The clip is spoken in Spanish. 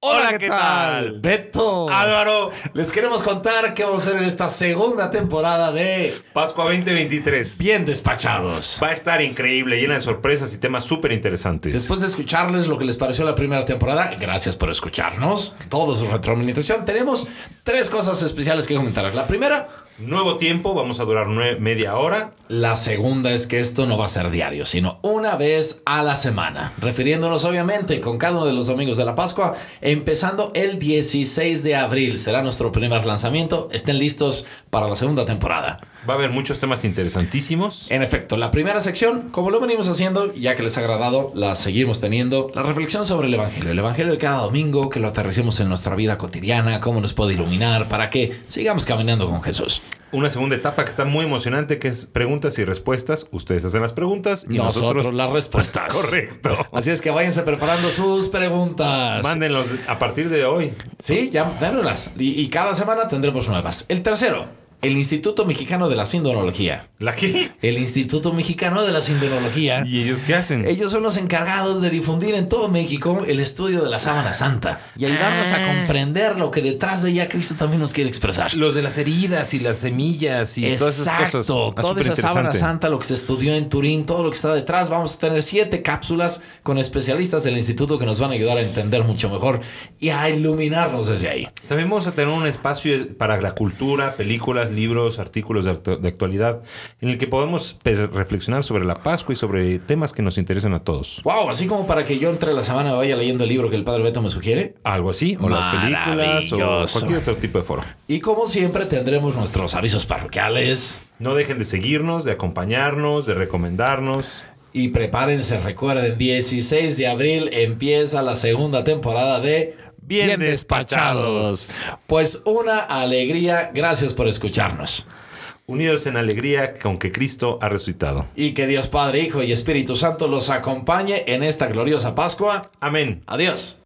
Hola, ¿qué tal? Beto. Álvaro, Les queremos contar qué vamos a hacer en esta segunda temporada de Pascua 2023. Bien Despachados. Va a estar increíble, llena de sorpresas y temas súper interesantes. Después de escucharles lo que les pareció la primera temporada, gracias por escucharnos. Todo su retroalimentación. Tenemos tres cosas especiales que comentar. La primera, Nuevo tiempo, vamos a durar nue- media hora. la segunda es que esto no va a ser diario, sino una vez a la semana. Refiriéndonos obviamente con cada uno de los domingos de la Pascua, empezando el 16 de abril. Será nuestro primer lanzamiento. Estén listos para la segunda temporada. Va a haber muchos temas interesantísimos. En efecto, la primera sección, como lo venimos haciendo, ya que les ha agradado, la seguimos teniendo. La reflexión sobre el Evangelio. El Evangelio de cada domingo, que lo aterricemos en nuestra vida cotidiana, cómo nos puede iluminar, para que sigamos caminando con Jesús. Una segunda etapa que está muy emocionante, que es preguntas y respuestas. Ustedes hacen las preguntas y nosotros, nosotros... las respuestas. Correcto. Así es que váyanse preparando sus preguntas. Mándenlos a partir de hoy. Sí, ya, dénoslas. Y, y cada semana tendremos nuevas. El tercero, el Instituto Mexicano de la Sindonología. ¿La qué? El Instituto Mexicano de la Sindonología. ¿Y ellos qué hacen? Ellos son los encargados de difundir en todo México el estudio de la sábana santa y ayudarnos Ah. a comprender lo que detrás de ella Cristo también nos quiere expresar. Los de las heridas y las semillas y todas esas Exacto, cosas. Ah, toda esa sábana superinteresante. santa, lo que se estudió en Turín, todo lo que está detrás. Vamos a tener siete cápsulas con especialistas del instituto que nos van a ayudar a entender mucho mejor y a iluminarnos desde ahí. También vamos a tener un espacio para la cultura, películas, libros, artículos de, actu- de actualidad, en el que podemos pe- reflexionar sobre la Pascua y sobre temas que nos interesan a todos. Wow, así como para que yo entre la semana vaya leyendo el libro que el padre Beto me sugiere. Algo así, o las películas, o Maravilloso. cualquier otro tipo de foro. Y como siempre tendremos nuestros avisos parroquiales. No dejen de seguirnos, de acompañarnos, de recomendarnos. Y prepárense, recuerden, 16 de abril empieza la segunda temporada de Bien Despachados. Pues una alegría, gracias por escucharnos. Unidos en alegría con que Cristo ha resucitado. Y que Dios Padre, Hijo y Espíritu Santo los acompañe en esta gloriosa Pascua. Amén. Adiós.